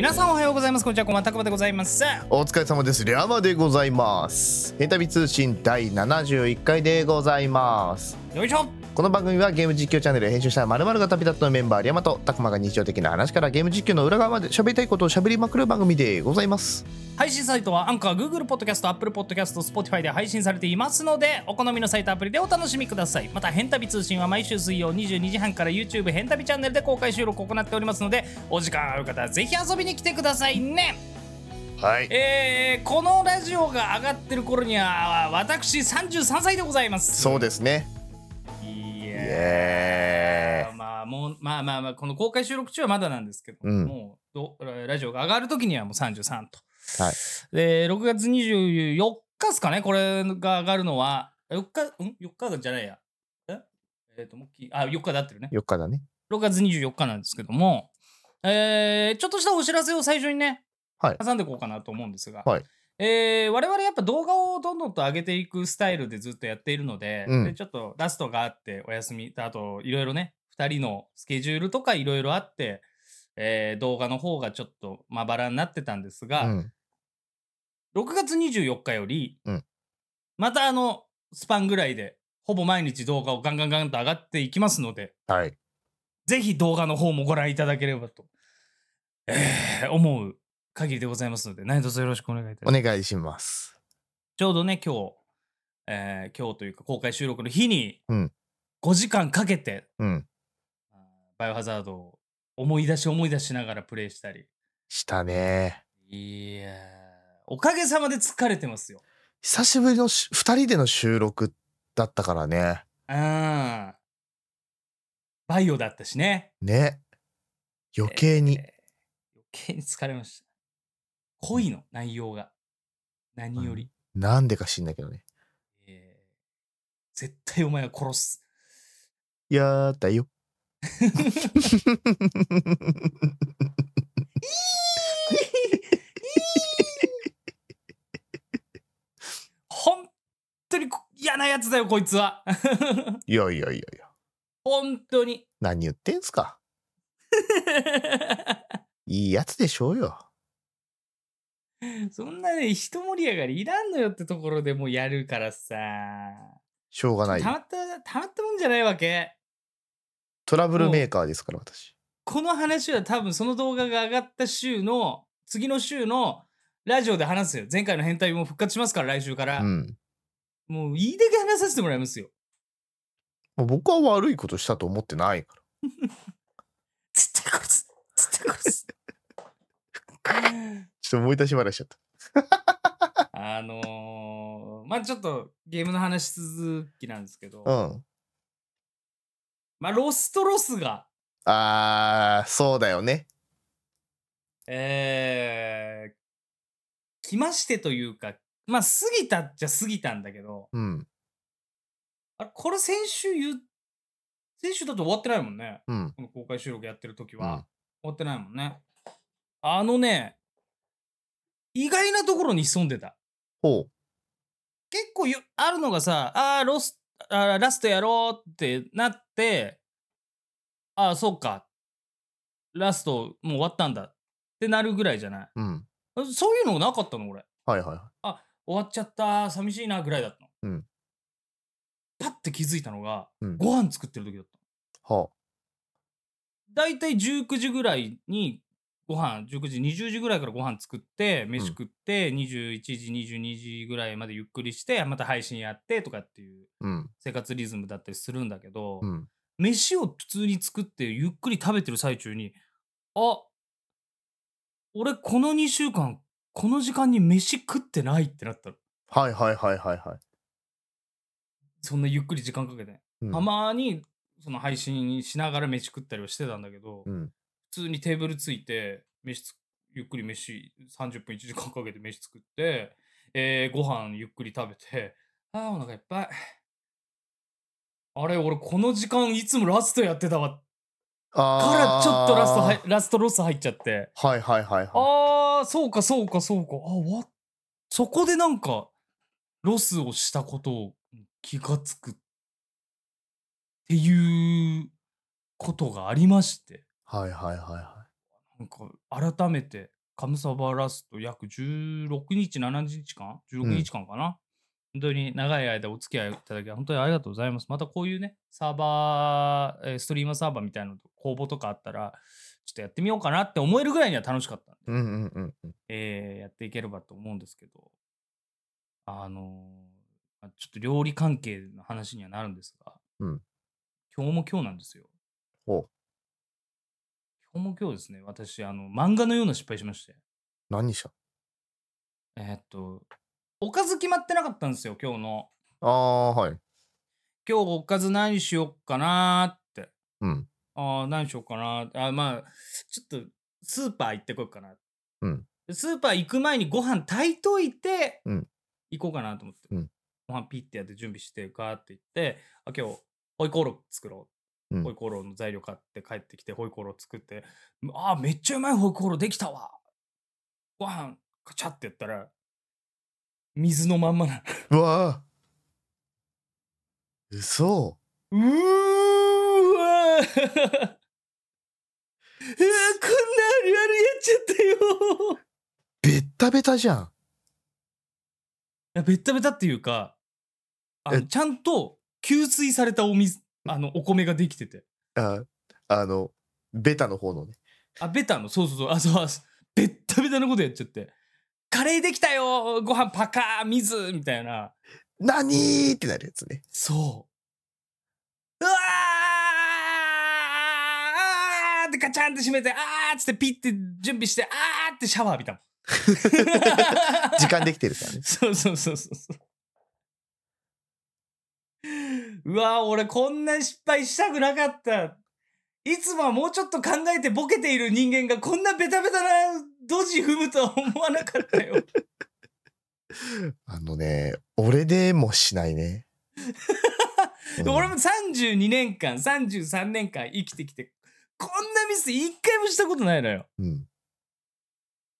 こんにちは、こんばんは、たくまでございます。さあお疲れ様です。リャマでございます。ヘンタビ通信第71回でございます。よいしょこの番組はゲーム実況チャンネル編集者まるまるが旅立ったのメンバーリャマとたくまが日常的な話からゲーム実況の裏側まで喋りたいことを喋りまくる番組でございます。配信サイトはアンカー、Google ポッドキャスト、Apple ポッドキャスト、Spotify で配信されていますので、お好みのサイトアプリでお楽しみください。また、ヘンタビ通信は毎週水曜22時半から YouTube ヘンタビチャンネルで公開収録を行っておりますので、お時間ある方はぜひ遊びに来てくださいね。はい。えー、このラジオが上がってる頃には、私33歳でございます。そうですね。いイやエーイ。まあ、もう、まあまあまあ、この公開収録中はまだなんですけど、うんもうど、ラジオが上がる時にはもう33と。はい。で、6月24日ですかね、これが上がるのは、4日、ん ?4 日じゃないや。ええっ、と、もっき、あ、4日だってるね。 4日だね。 6月24日なんですけども、えーちょっとしたお知らせを最初にね、はい挟んでいこうかなと思うんですが、はいえー我々やっぱ動画をどんどんと上げていくスタイルでずっとやっているので,、うんでちょっとラストがあってお休みあといろいろね2人のスケジュールとかいろいろあって、えー動画の方がちょっとまばらになってたんですうが、ん。 6月24日より、うんまたあのスパンぐらいでほぼ毎日動画をガンガンガンと上がっていきますのではい。ぜひ動画の方もご覧いただければと、えー思う限りでございますので、何卒よろしくお願いいたしおます。願いします。ちょうどね、今日、えー今日というか公開収録の日に、うん5時間かけて、うん。あーバイオハザードを思い出し思い出しながらプレイしたり。したね。いやー、おかげさまで疲れてますよ。久しぶりのし2人での収録だったからね。うん。バイオだったしね。ね。余計えにー。余計に疲れました。恋の内容が。何より。なんでか知んないけどね。えー絶対お前は殺す。や だよ。本当にこ嫌なやつだよ、こいつは。 いやいやいやいや。本当に。 何言ってんすか。いいやつでしょうよ。そんなね、一盛り上がりいらんのよってところでもうやるからさ。しょうがたまなっい。た、たまったもんじゃないわけ。トラブルメーカーですから私。この話は多分その動画が上がった週の、次の週のラジオで話すよ。前回の変態も復活しますから、来週から。うん。もういいだけ話させてもらいますよ。もう僕は悪いことしたと思ってないから。絶対殺す。絶対殺 す。ちょっと思い出し笑いしちゃった。あのー、まあちょっとゲームの話続きなんですけど、うん。まあロストロスが、あー、そうだよね。えー、来ましてというか、まあ過ぎたっちゃ過ぎたんだけど、うん。あれこれ先週言う、先週だと終わってないもんね。うん。この公開収録やってる時うんは、終わってないもんね。あのね、意外なところに潜んでた。ほう。結構よあるのがさ、あーロス、あーラストやろうってなって、ああ、そうか。ラストもう終わったんだってなるぐらいじゃない。うん。そういうのなかったの俺。はいはいは終わっちゃった、寂しいなぐらいだったの。うんパッて気づいたのが、い。うん。ご飯作ってる時だったはの。だいたい19時ぐらいにご飯、19時、20時ぐらいからご飯作って、飯食って、21時、22時ぐらいまでゆっくりして、また配信やってとかっていう。あ。うん。生活リズムだったりするんだけど、うん。飯を普通に作ってゆっくり食べてる最中にあ俺この2週間この時間に飯食ってないってなったのはいはいはいはいはい。そんなゆっくり時間かけて、うんたまにその配信しながら飯食ったりはしてたんだけど、うん。普通にテーブルついて飯つゆっくり飯30分1時間かけて飯作って、えー、ご飯ゆっくり食べてあーお腹いっぱいあれ俺この時間いつもラストやってたわからあーちょっとラストはいラストロス入っちゃってはいはいはいはい。あーそうかそうかそうかあわそこでなんかロスをしたことを気がつくっていうことがありましてはいはいはいはなんか改めてカムサバラスト約16日、7日間 ?16 日間かな、本当に長い間お付き合いいただき、本当にありがとうございます。またこういうね、サーバー、えーストリームサーバーみたいなのと公募とかあったら、ちょっとやってみようかなって思えるぐらいには楽しかったんで、うんうんうんうん。えーやっていければと思うんですけど、あのーまあちょっと料理関係の話にはなるんですが、うん今日も今日なんですよ。おう今日も今日ですね、私、あの、漫画のような失敗しまして。何したえーっと、おかず決まってなかったんですよ、今日の。ああー、はい。今日おかず何しよっかなーって。うん。ああ、何しよっかなーって。あーまあ、ちょっとスーパー行ってこようかな。うんでスーパー行く前にご飯炊いといて、うん行こうかなと思って。うんご飯ピッてやって準備して、ガーって行って、あ、今日、ホイコーロー作ろう。うんホイコーローの材料買って帰ってきて、ホイコーロー作って、あーめっちゃうまいホイコーローできたわ。ご飯、カチャってやったら、水のまんまな。うわー嘘うーわー うわーこんなあるあるやっちゃったよいベッタベタじゃん。やベッタベタっていうかあのえちゃんと吸水されたお水あのお米ができててああの、ベタの方のね。あベタのそうそうそうあそうあそうベッタベタのことやっちゃってカレーできたよご飯パカー水みたいな何ーってなるやつね。そう。うわーってガチャンって閉めて、あーっつってピッて準備して、あーってシャワー浴びたもん。時間できてるから ね。そうそうそうそうそう。うわー俺こんな失敗したくなかった。いつもはもうちょっと考えてボケている人間がこんなベタベタなドジ踏むとは思わなかったよ。あのね、俺でもしない ね。で俺うもん32年間33年間生きてきてこんなミス一回もしたことないのよ。うん。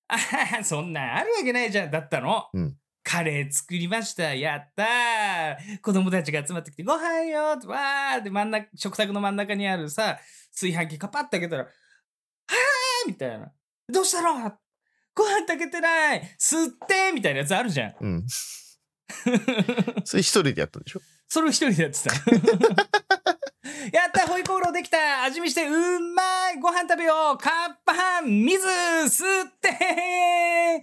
あははそんなんあるわけないじゃんだったの。うんカレー作りましたやったー子供たちが集まってきて「ご飯よー」ってわーって真ん中食卓の真ん中にあるさ炊飯器カパッと開けたら「はー」みたいな「どうしたの?」ご飯炊けてない吸ってみたいなやつあるじゃん。 うん。それ一人でやったんでしょそれを一人でやって た。やったホイコーローできた味見してうまいご飯食べようカッパ飯水吸って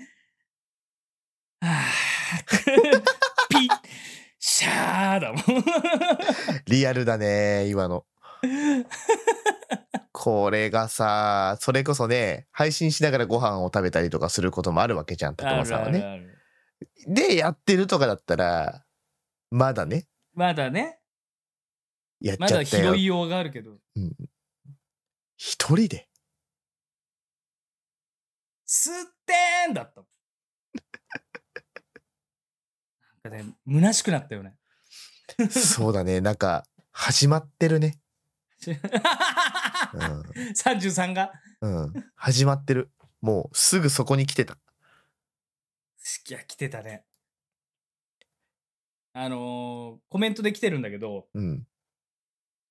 は ぁピッシャーだもん。リアルだね、今 の。これがさ、それこそね、配信しながらご飯を食べたりとかすることもあるわけじゃん、高間さんはね。あるで、やってるとかだったら、まだね、まだねやっまちゃだったよ。拾いようがあるけど一人で。吸ってんだったもん。なんかね虚しくなったよね。そ うだね、なんか、始まってるね。 33が。うん。うん。始まってる。もう、すぐそこに来てた。いや、来てたね。あのーコメントで来てるんだけど、うん。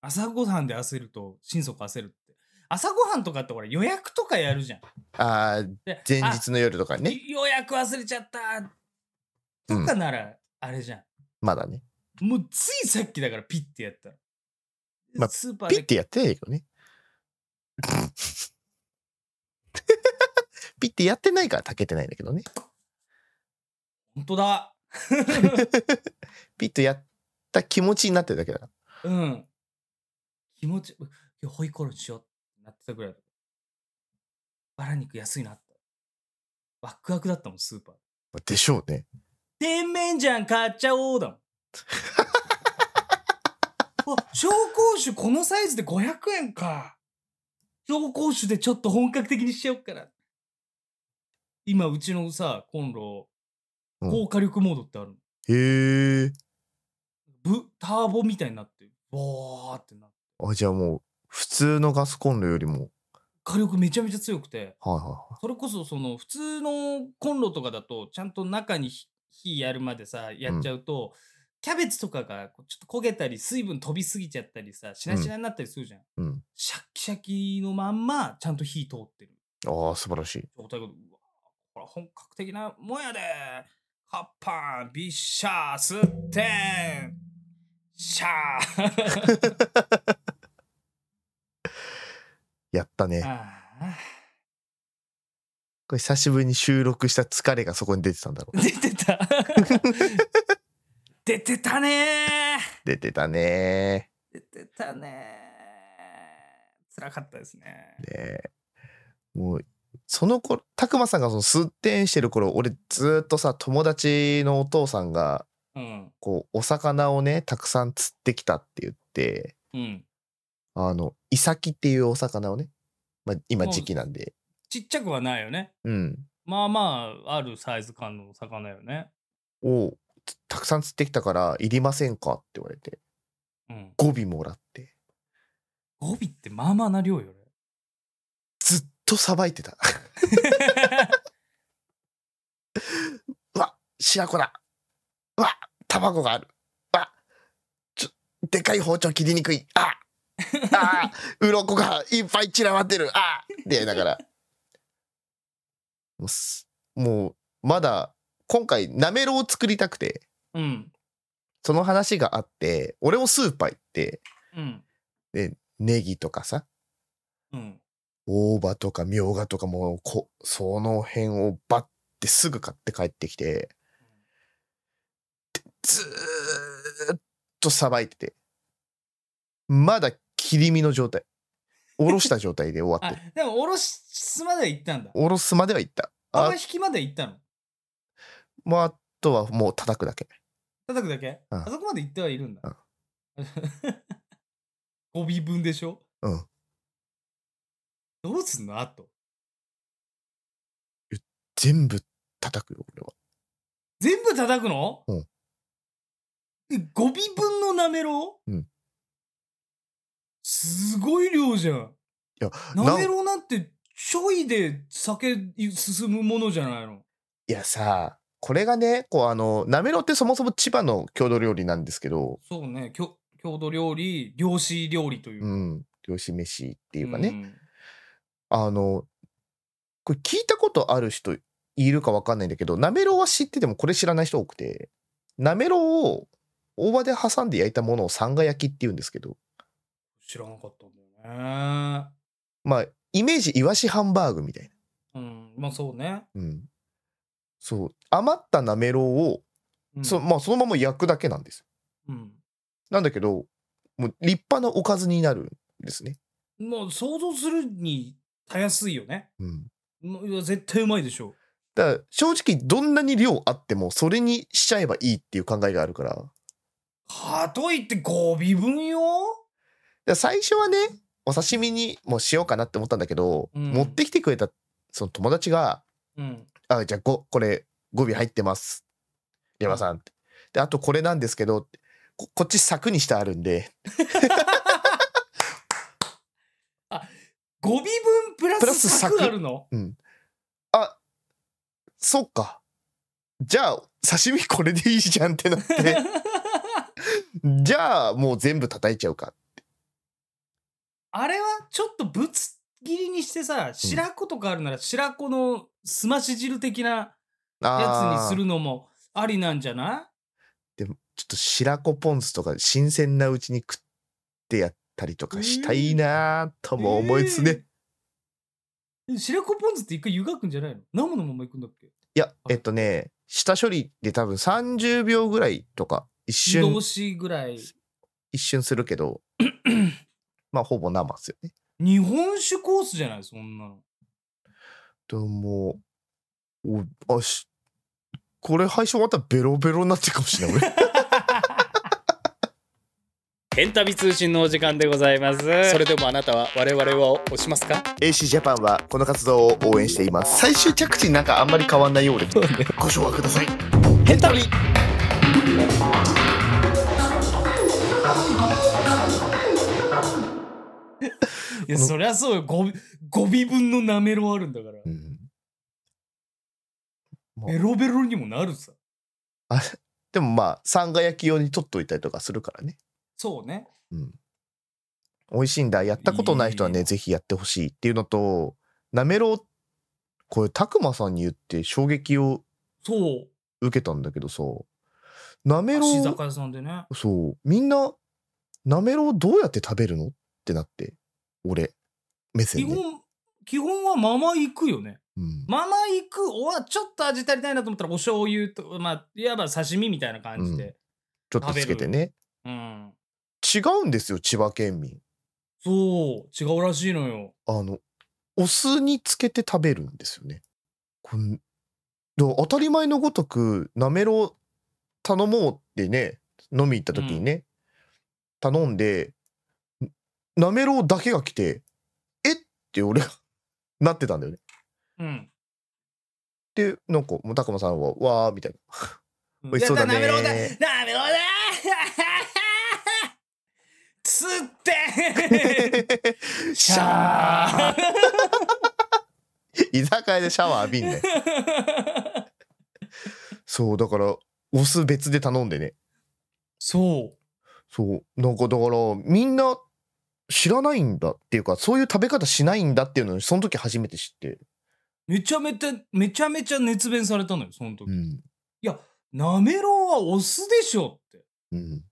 朝ごはんで焦ると、心底焦るって。朝ごはんとかってほら予約とかやるじゃん。ああ、で前日の夜とかあね。予約忘れちゃったとかなら、あれじゃまだね。ん。もうついさっきだからピッてやった。まあスーパーピッでてやってないけどね。 ピッてやってないから炊けてないんだけどね。本当だ。ピッてやった気持ちになってるだけだから。うん。気持ち、今日ホイコーローにしようってなってたぐらいだバラ肉安いなって。ワクワクだったもん、スーパー。でしょうね。甜麺醤買っちゃおうだ もん。あ紹興酒このサイズで500円か。紹興酒でちょっと本格的にしよっから。今、うちのさ、コンロ、うん高火力モードってあるの。へえ。ぶターボみたいになって、ボーってなって。あ、じゃあもう、普通のガスコンロよりも、火力めちゃめちゃ強くて、はいはそれこそその普通のコンロとかだと、ちゃんと中に火火やるまでさ、やっちゃうと、キャベツとかがこうちょっと焦げたり、水分飛びすぎちゃったりさ、しなしなになったりするじゃん。いはい。うん。シャッキシャキのまんま、ちゃんと火通ってるああ、素晴らしい。状態が、うわら本格的なもんやで。カッパン、ビッシャー、スッテン、シャー。 やったね。ああこれ久しぶりに収録した疲れがそこに出てたんだろう。出てた。 出てたね出てたねー。出てたねー。辛かったですね。ー。ねえもう、その頃、たくまさんがそのすってんしてる頃、俺ずーっとさ、友達のお父さんが、うん。こう、お魚をね、たくさん釣ってきたって言って、うん。あの、イサキっていうお魚をね、まあ、今うん時期なんで、ちっちゃくはないよね。うん、まあまあ、あるサイズ感の魚よね。をつたくさん釣ってきたから、いりませんかって言われて、うん。語尾もらって、語尾ってまあまあな量よ ね。ずっとさばいてた。うわ、白子だ。うわ、卵がある。うわ、ちょ、でかい包丁切りにくい。ああー、鱗がいっぱい散らばってる。あで、だから、もうす、もうまだ、今回、なめろうを作りたくて、うん。その話があって、俺もスーパー行って、うん。ネギとかさ、うん。大葉とかみょうがとかもうこその辺をバッてすぐ買って帰ってきてでずーっとさばいててまだ切り身の状態おろした状態で終わあってるでもおろすまでは行ったんだ。おろすまではいったああの引きまでは行ったのもうあとはもう叩くだけ叩くだけ、うんあそこまで行ってはいるんだ。う 語尾分でしょうん。どうすんのあと。全部叩くよ俺は全部叩くのうんえ語尾分のなめろううんすごい量じゃん。いやなめろうなんてちょいで酒進むものじゃないの。いやさこれがねこうあのなめろうってそもそも千葉の郷土料理なんですけどそうね、きょ郷土料理、漁師料理といううか。ん漁師飯っていうかね、んあの、これ聞いたことある人いるかわかんないんだけど、なめろうは知っててもこれ知らない人多くて、なめろうを大葉で挟んで焼いたものをさんが焼きって言うんですけど、知らなかったんだよね。まあ、イメージイワシハンバーグみたいうん、まあそうね。な。うん。そう。余ったなめろうを、うん、そまあ、そのまま焼くだけなんですよ。うん。なんだけど、もう立派なおかずになるんですね。もう想像するにたやすいよね。うん。もういや絶対うまいでしょ。だから、正直どんなに量あっても、それにしちゃえばいいっていう考えがあるから、かといって5尾分よで最初はねお刺身にもしようかなって思ったんだけど、うん持ってきてくれたその友達がうん。 「あじゃあごこれ語尾入ってます」「山さん」ってであとこれなんですけどってここっち柵にしてあるんで5尾分プラプラスス柵柵あるのそっかじゃあ刺身これでいいじゃんってなってじゃあもう全部叩いちゃうか あれはちょっとぶつ切りにしてさ、白子とかあるなら白子のすまし汁的なやつにすあーるのもありなんじゃないちょっと白子ポン酢とか新鮮なうちに食ってやったりとかしたいなぁとも思いつつね、えー白子ポン酢って一回湯がくんじゃないの生のままいくんだっけいや、はいえっとね、下処理で多分30秒ぐらいとか、一瞬動、詞ぐらい一瞬するけ ど、まあ、ほぼ生っすよね。日本酒コースじゃないそんなのでももう、お、あし、これ配信終わったらベロベロになってるかもしれない、 俺。エンタビ通信のお時間でございますそれでもあなたは我々を押します か AC ジャパンはこの活動を応援しています。最終着地なんかあんまり変わんないようで、ご紹介ください。ヘンタビいやそりゃそうよ5尾分のなめろあるんだからうん、ベロベロにもなるさでもまあ、さんが焼き用に取っといたりとかするからね。そうね美味しいんだやったことない人はねいいぜひやってほしいっていうのとなめろうこれ、たくまさんに言って衝撃をそう受けたんだけどさ、なめろ足う酒、屋さんでねそう、みんな、なめろうどうやって食べるのってなって、俺、目基線で。本基本はまま行くよねうん。まま行くおわちょっと味足りないなと思ったらお醤油とまあいわば刺身みたいな感じでちょっとつけてね。うん、違うんですよ、千葉県民。そう違うらしいのよあの、お酢につけて食べるんですよね。こんでも当たり前のごとく、なめろう頼もうってね、飲み行った時にね、頼んで、なめろうだけが来て、えって俺がなってたんだよね。うんで、なんか、もう、たくまさんは、わーみたいな。美味しそうだねやったなめろうだなめろうだつって シャーー居酒屋でシャワー浴びんね。そう、だから、お酢別で頼んでね。そうそうなんかだからみんな知らないんだっていうかそういう食べ方しないんだっていうのをその時初めて知って、めちゃめちゃめちゃめちゃ熱弁されたのよその時、うんなめろうはお酢でしょってうん、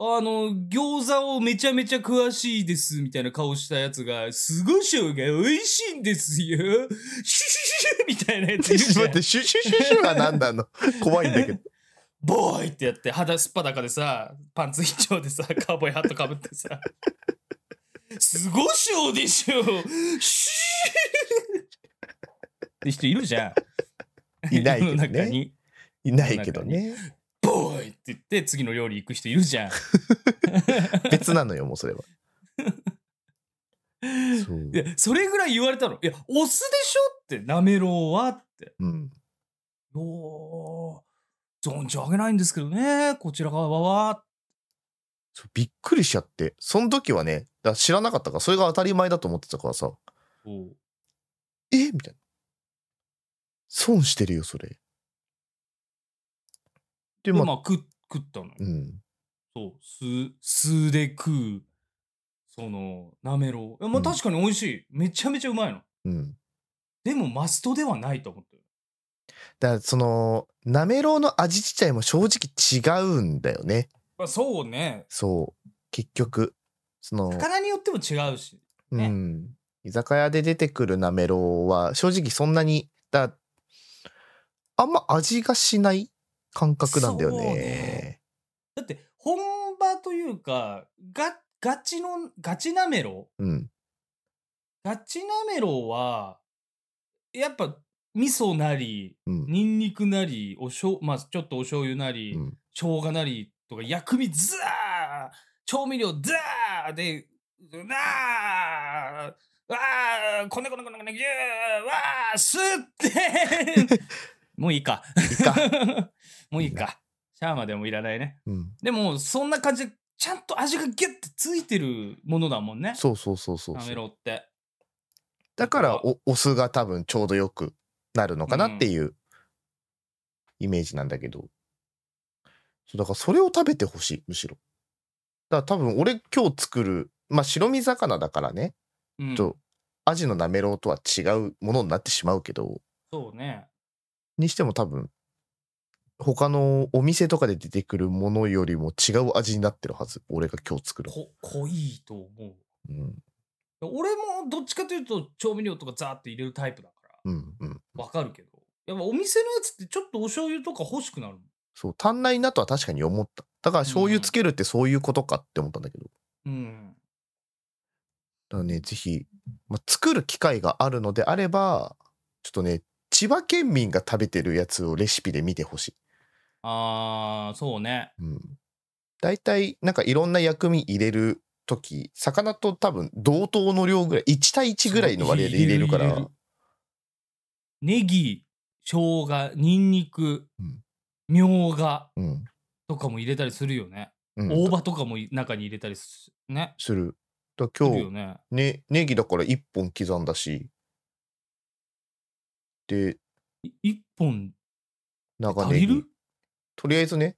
あの餃子をめちゃめちゃ詳しいですみたいな顔したやつが「すごしょうが美味しいんですよ」シュシュシュシュみたいなやつちょいっるじとゃ待っんてシュシュシュシュは何なの怖いんだけど ボーイってやって肌すっぱだかでさパンツ一丁 でさカーボーイハットかぶってさ「すごしょうでしょシュ」って 人いるじゃんいないけど世ねの中にいないけどねボーイって言って次の料理行く人いるじゃん 別なのよもうそれはそうい、やそれぐらい言われたの「いやお酢でしょ?」って「なめろうは」ってうん、 「お存じ上げないんですけどねこちら側はそうびっくりしちゃってその時はねだから知らなかったからそれが当たり前だと思ってたからさ」そうえみたいな損してるよそれででままああ、食食ったのよ、うんそう酢酢で食うそのなめろういやまうあん確かに美味しい、めちゃめちゃうまいのうんでもマストではないと思ってるだからそのなめろうの味自体も正直違うんだよねまあ、そうねそう結局その魚によっても違うしねうん居酒屋で出てくるなめろうは正直そんなにだあんま味がしない感覚なんだよそうねねだって本場というかがガチのガチなめろううんガチなめろうは、やっぱ、味噌なり、うんニンニクなり、おしょう、まあ、ちょっとお醤油なり、うん生姜なりとか、薬味ザー調味料ザーで、なあわあこねこねこねこねぎゅーわあすってもういいか。いいかもういいか。シャーマでもいらないね。うんでも、そんな感じで、ちゃんと味がギュッてついてるものだもんね。そうそうそうそうなそめうろうって。だからおお酢が多分ちょうどよくなるのかなっていうイメージなんだけど、そうだからそれを食べてほしいむしろだから多分俺今日作るまあ白身魚だからねうんちょっとアジのなめろうとは違うものになってしまうけどそうね。にしても多分他のお店とかで出てくるものよりも違う味になってるはず俺が今日作る、こ濃いと思う。うん俺もどっちかというと調味料とかザーって入れるタイプだかうんうん、らわかるけど、やっぱお店のやつってちょっとお醤油とか欲しくなるもん。そう足んないなとは確かに思っただから醤油つけるってそういうことかって思ったんだけどうん。だからね、ぜひ、まあ、作る機会があるのであれば、ちょっとね、千葉県民が食べてるやつをレシピで見てほしい。あー、そうね。うん。大体、なんかいろんな薬味入れるとき、魚と多分同等の量ぐらい、1対1ぐらいの割合で入れるか入れらる、ネギ、生姜、ニンニクうん、みょうがうん。とかも入れたりするよね。うん。大葉とかも中に入れたりすね。する。だかすらる今よ日、ね。ね、ネギだから1本刻んだし、で、い一本長足ネりギる。とりあえずね、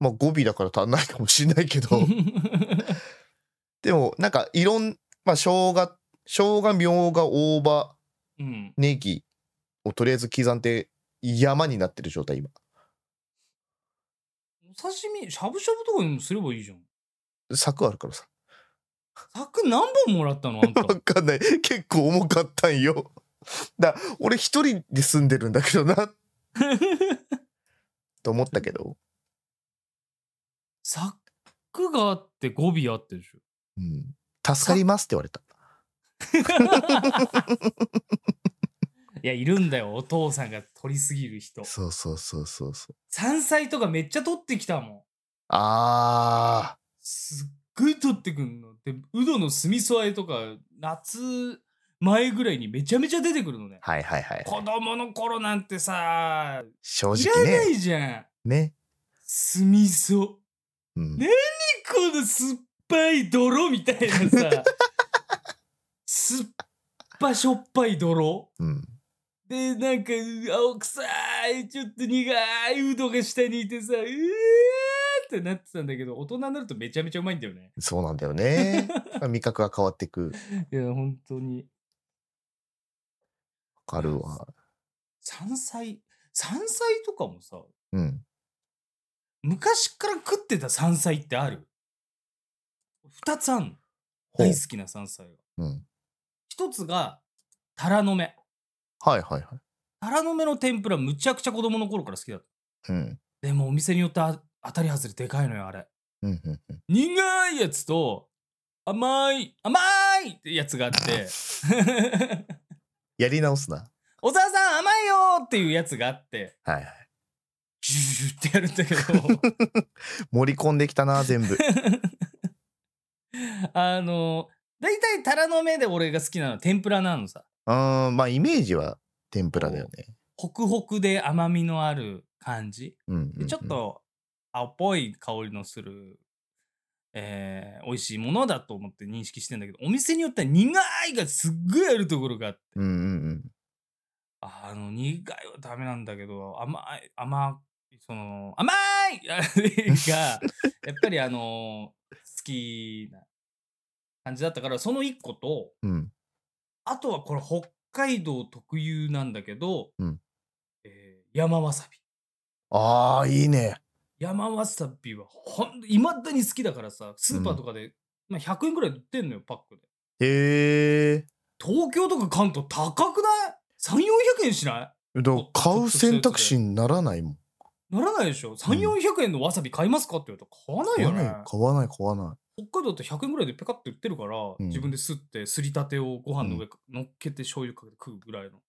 まあ語尾だから足んないかもしれないけど、でもなんかいろんまあ生姜生姜みょうが大葉 うん。ネギをとりあえず刻んで山になってる状態今お刺身、しゃぶしゃぶとかでもすればいいじゃん。柵あるからさ柵何本もらったのあん た。わかんない結構重かったんよだ俺一人で住んでるんだけ どなと思ったけど、柵があって語尾あってでしょ。うん、助かりますって言われたいや、いるんだよ。お父さんが取りすぎる人。そうそうそうそうそう山菜とかめっちゃ取ってきたもん。あすっごい取ってくんの。で、ウドの酢味噌和えとか、夏前ぐらいにめちゃめちゃ出てくるのね。ーはいはいはい子供の頃なんてさ、正い直らなねいじゃん。ね、酢味噌。うんねこの酸っぱい泥みたいな さ酸っぱしょっぱい泥うん、でなんか青臭いちょっと苦いうどが下にいてさうえーってなってたんだけど大人になるとめちゃめちゃうまいんだよねそうなんだ よね味覚が変わってくいや本当にわかるわ山菜山菜とかもさうん昔から食ってた山菜ってある二つあんのほう大好きな山菜がうん一つがタラの芽はいはいはいタラの芽の天ぷらむちゃくちゃ子供の頃から好きだったうんでもお店によってあ当たり外れでかいのよあれうんうんうん苦いやつと甘い甘いってやつがあって やり直すな小沢さん甘いよーっていうやつがあってはいはいジューってやるんだけ ど盛り込んできたな全部あの大体タラの芽で俺が好きなのは天ぷらなのさうんまあイメージは天ぷらだよねホクホクで甘みのある感じうんうんうでんちょっと青っぽい香りのする、えー美味しいものだと思って認識してんだけどお店によっては苦いがすっごいあるところがあってうんうんうんああの苦いはダメなんだけど甘い甘いその甘い あれがやっぱりあの好きな感じだったからその1個とうんあとはこれ北海道特有なんだけど、うんえー山わさび。ああいいね山わさびはほんいまだに好きだからさスーパーとかで、まあ、100円ぐらいで売ってんのよパックでへえ東京とか関東高くない3400円しなだから買う選択肢にならないもんいならないでしょ3400円のわさび買いますかって言われたら買わ買わなないいよね買わない買わない北海道って100円ぐらいでペカって売ってるから、ん自分ですってすりたてをご飯の上か乗っけて醤油かけて食うぐらいの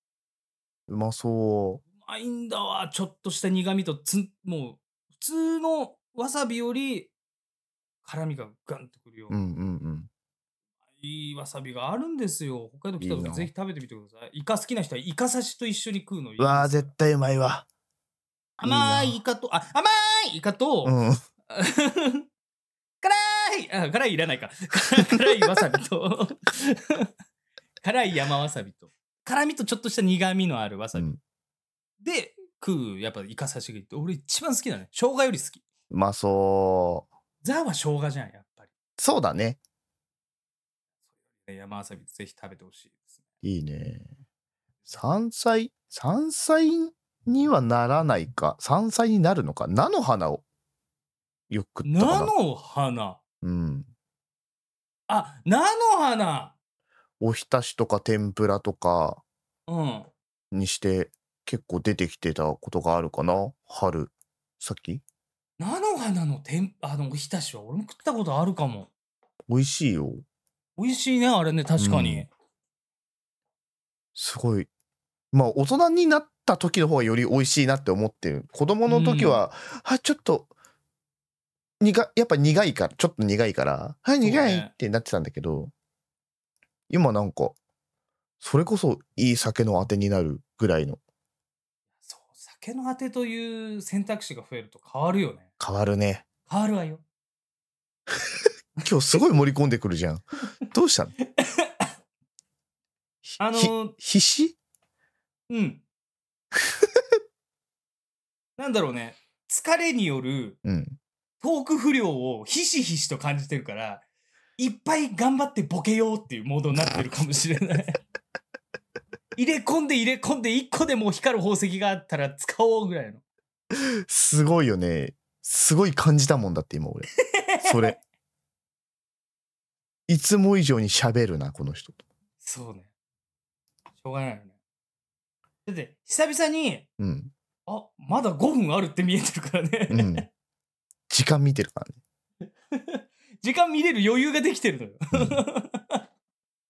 ううまそまいんだわちょっとした苦味とつんもう普通のわさびより辛味がガンってくるよ、ううんうんうんいいわさびがあるんですよ。北海道来たいい時なぜひ食べてみてください。イカ好きな人はイカ刺しと一緒に食うのいいですうわー絶対うまいわ甘いいいなイカと、あ、甘いイカと、うん 辛いあ、辛いいらないか。 辛いわさびと、 辛い山わさびと、辛みとちょっとした苦味のあるわさび。うんで、食う、やっぱイカ刺しがいいって、俺一番好きだね。生姜より好き。うまそうザは生姜じゃん、やっぱそうだねり。山わさびぜひ食べてほしいですね。いいね。山菜山菜にはならないか。山菜になるのか。菜の花をよく食った菜かな。の花。うん。あ、菜の花おひたしとか天ぷらとかうん。にして結構出てきてたことがあるかな。春。先菜の花の天あのおひたしは俺も食ったことあるかも美味しいよ。美味しいねあれね確かに、うんすごい。まあ大人になった時の方がより美味しいなって思ってる。子供の時は、あ、ちょっと、苦やっぱ苦いから、ちょっと苦いから、はい、ね苦いってなってたんだけど、今なんか、それこそいい酒のあてになるぐらいの、そう酒のあてという選択肢が増えると変わるよね変わるね。変わるわよ今日すごい盛り込んでくるじゃん。どうしたのひ あのひー必死うん なんだろうね疲れによるうん。トーク不良をひしひしと感じてるから いっぱい頑張ってボケようっていうモードになってるかもしれない入れ込んで入れ込んで1個でも光る宝石があったら使おうぐらいの。すごいよね。すごい感じたもんだって今俺。それ。いつも以上に喋るな、この人と。そうね。しょうがないよね。だって、久々に、うん。あ、まだ5分あるって見えてるからね。うん。時間見てるからね。時間見れる余裕ができてるのよ。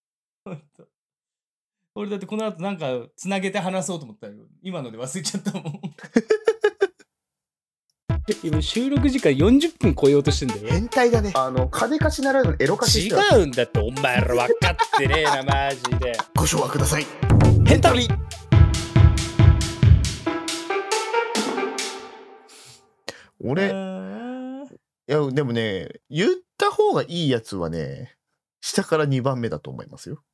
ほんと俺だってこの後なんかつなげて話そうと思ったよ。今ので忘れちゃったもん。 今収録時間40分超えようとしてんだよ変態だね。あの、金貸しならぬエロ貸し違してはうんだってお前ら分かってねえなマジ でご唱和ください。ヘンタリ俺、いや、でもね、言った方がいいやつはね、下から2番目だと思いますよ。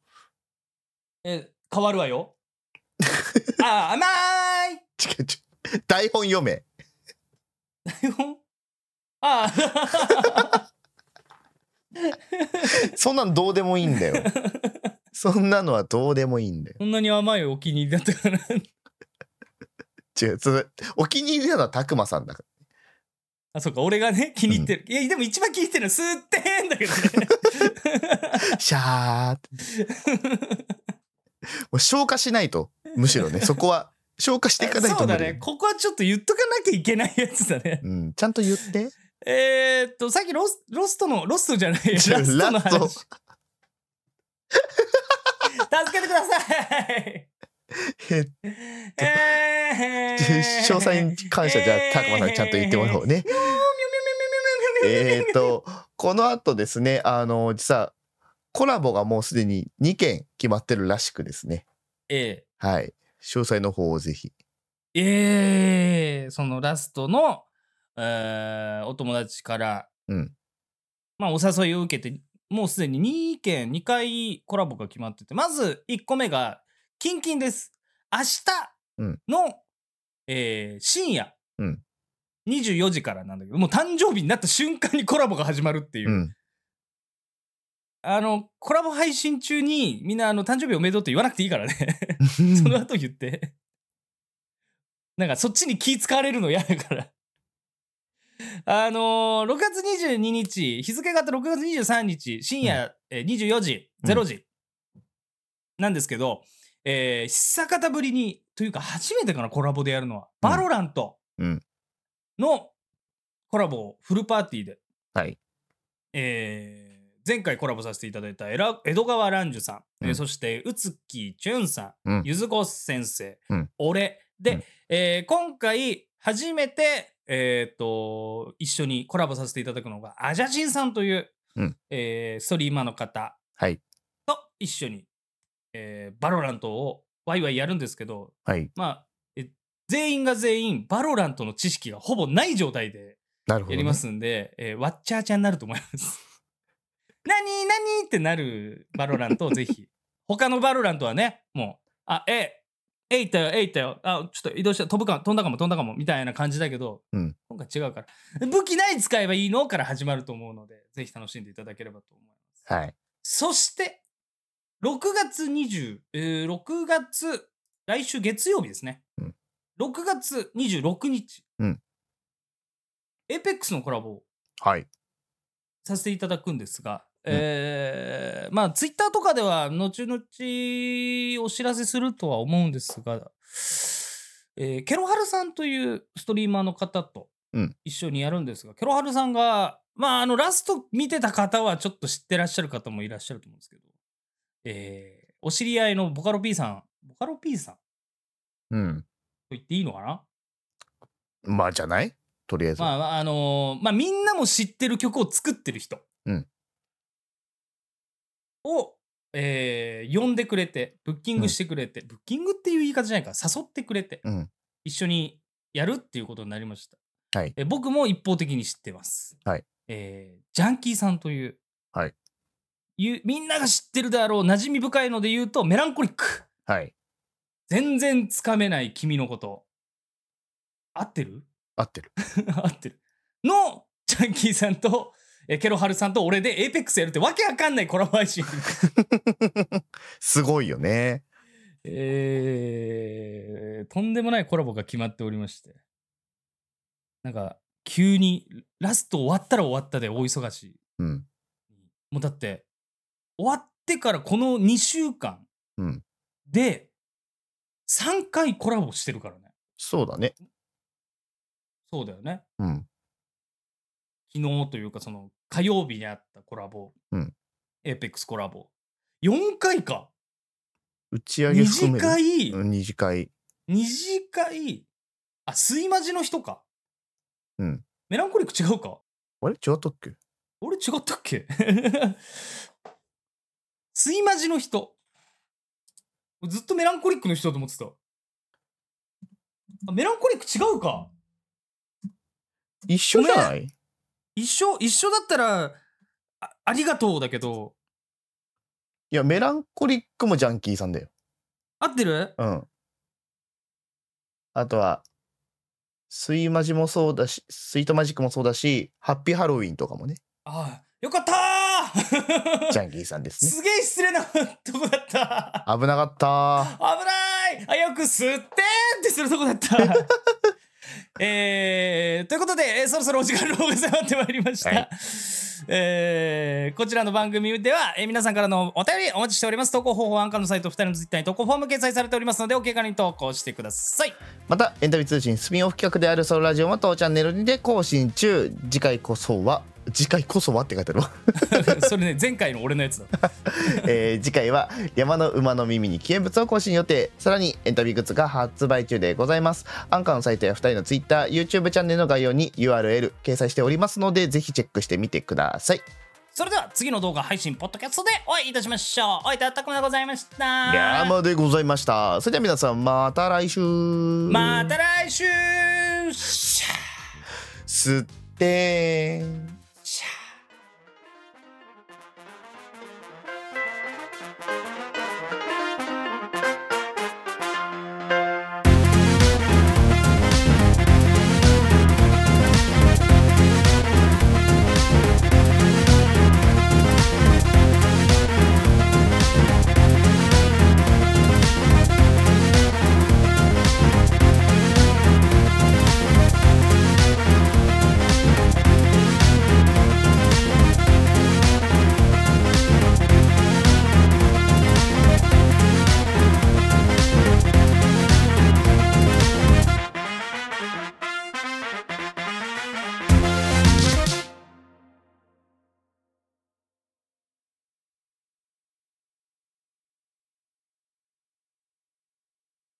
え、変わるわ よ。あ、甘い 違う違う。台本読め。あ そんなんどうでもいいんだよ。そんなのはどうでもいいんだよ。こんなに甘いお気に入りだったから。違う、それお気に入りなのはたくまさんだから。あ、そうか、俺がね、気に入ってる。いや、でも一番気に入ってるのは吸ってへんだけどね。シャーっ て。もう消化しないと。むしろね、そこは消化していかないとそう無だ理ね。ここはちょっと言っとかなきゃいけないやつだね。うん、ちゃんと言って。えー、っと、さっきロスロストの、ロストじゃないよ。ラ違うストの ラ話。ス助けてくださいええー、 詳細に関しては、じゃあ、たくまさんにちゃんと言ってもらおうね。えっと、この後ですね、あの、実は、コラボがもうすでに2件決まってるらしくですね。えはい。詳細の方をぜひ。ー、えー、そのラストの、えー、お友達から、うんまあ、お誘いを受けて、もうすでに2件、2回コラボが決まってて、まず1個目が、キンキンです。明うん日の、えー深夜、うん24時からなんだけど、もう誕生日になった瞬間にコラボが始まるっていう。うん。あの、コラボ配信中に、みんな、あの、誕生日おめでとうって言わなくていいからね。 その後言って。なんかそっちに気使われるの嫌だから。あのー、6月22日、日付があった6月23日、深夜、えー24時、うん0時、なんですけど、えー、久方ぶりに、というか初めてかな、コラボでやるのは。うんバロラントうんのコラボをフルパーティーで、はい。えー前回コラボさせていただいたえら江戸川蘭樹さん、えーうんそして宇月潤さん、うんゆずこ先生、うん俺で、うんえー今回初めて、えー、と一緒にコラボさせていただくのがアジャジンさんという、うんえーストリーマーの方はい。と一緒に、えーバロラントをワイワイやるんですけど、はい。まあ、え全員が全員バロラントの知識がほぼない状態でなるほど、ね。やりま。すんで、えーわっちゃーちゃになると思います。 なになにってなるバロラント をぜひ。他のバロラントはね、もう、あ、え、えいったよ、えいったよ、あ、ちょっと移動した、飛ぶか、飛んだかも、飛んだかも、みたいな感じだけど、うん今回違うから。武器ない使えばいいのから始まると思うので、ぜひ楽しんでいただければと思います。はい。そして、6月20、えー6月、来週月曜日ですね。うん6月26日。うんエイペックスのコラボをはい。させていただくんですが、うんえーまあ、ツイッターとかでは、後々お知らせするとは思うんですが、えーケロハルさんというストリーマーの方とうん一緒にやるんですが、ケロハルさんが、まあ、あの、ラスト見てた方はちょっと知ってらっしゃる方もいらっしゃると思うんですけど、えーお知り合いのボカロ P さん、ボカロ P さんとうん。言っていいのかなまあ、じゃないとりあえず。まあ、あのーまあ、みんなも知ってる曲を作ってる人うんを、えー呼んでくれて、ブッキングしてくれて、ブッキングっていう言い方じゃないから、誘ってくれて、うん。一緒にやるっていうことになりました。はいえー僕も一方的に知ってます。はいえージャンキーさんという、はいいうみんなが知ってるであろう、馴染み深いので言うと、メランコリック。はい。全然つかめない君のこと。合ってる合ってる。 合ってる。の、ジャンキーさんと、えーケロハルさんと俺 でエイペックスやるってわけわかんないコラボ配信。すごいよね。 えー、とんでもないコラボが決まっておりまして。なんか、急に、ラスト終わったら終わったで大忙しい。うん。もうだって、終わってからこの2週間うん。で、3回コラボしてるからね。そうだね。そうだよね。うん。昨日というか、その、火曜日にあったコラボ、うんエーペックスコラボ。4回か打ち上げ二含次め会、うん二次会。二次会、あ、睡魔寺の人か。うん。メランコリック違うかあれ違ったっけ俺違ったっけ 睡魔寺の人。ずっとメランコリックの人だと思ってた。あメランコリック違うか一緒じゃない一緒、一緒だったら、あありがとうだけど、いや、メランコリックもジャンキーさんだよ。合ってるうん。あとは、スイマジもそうだし、スイートマジックもそうだし、ハッピーハロウィンとかもね、ああ、よかったージャンキーさんですね。すげえ失礼なとこだった。危なかった危ない危うく吸ってってするとこだった。 えー、ということで、えーそろそろお時間の方が迫ってまいりました、はいえーこちらの番組では、えー皆さんからのお便りお待ちしております投稿方法はアンカーのサイト2人のツイッターに投稿フォーム掲載されておりますのでお気軽に投稿してください また、エンタメ通信スピンオフ企画であるソロラジオも当チャンネルにて更新中。次回こそは、次回こそはって書いてあるわ。それね前回の俺のやつだえー次回は山の馬の耳に危険物を更新予定さらにエンタビーグッズが発売中でございますアンカーのサイトや2人の TwitterYouTube チャンネルの概要に URL 掲載しておりますのでぜひチェックしてみてくださいそれでは次の動画配信ポッドキャストでお会いいたしましょうお会いいたたくでございました山でございましたそれでは皆さんまた来週また来週シャーすってー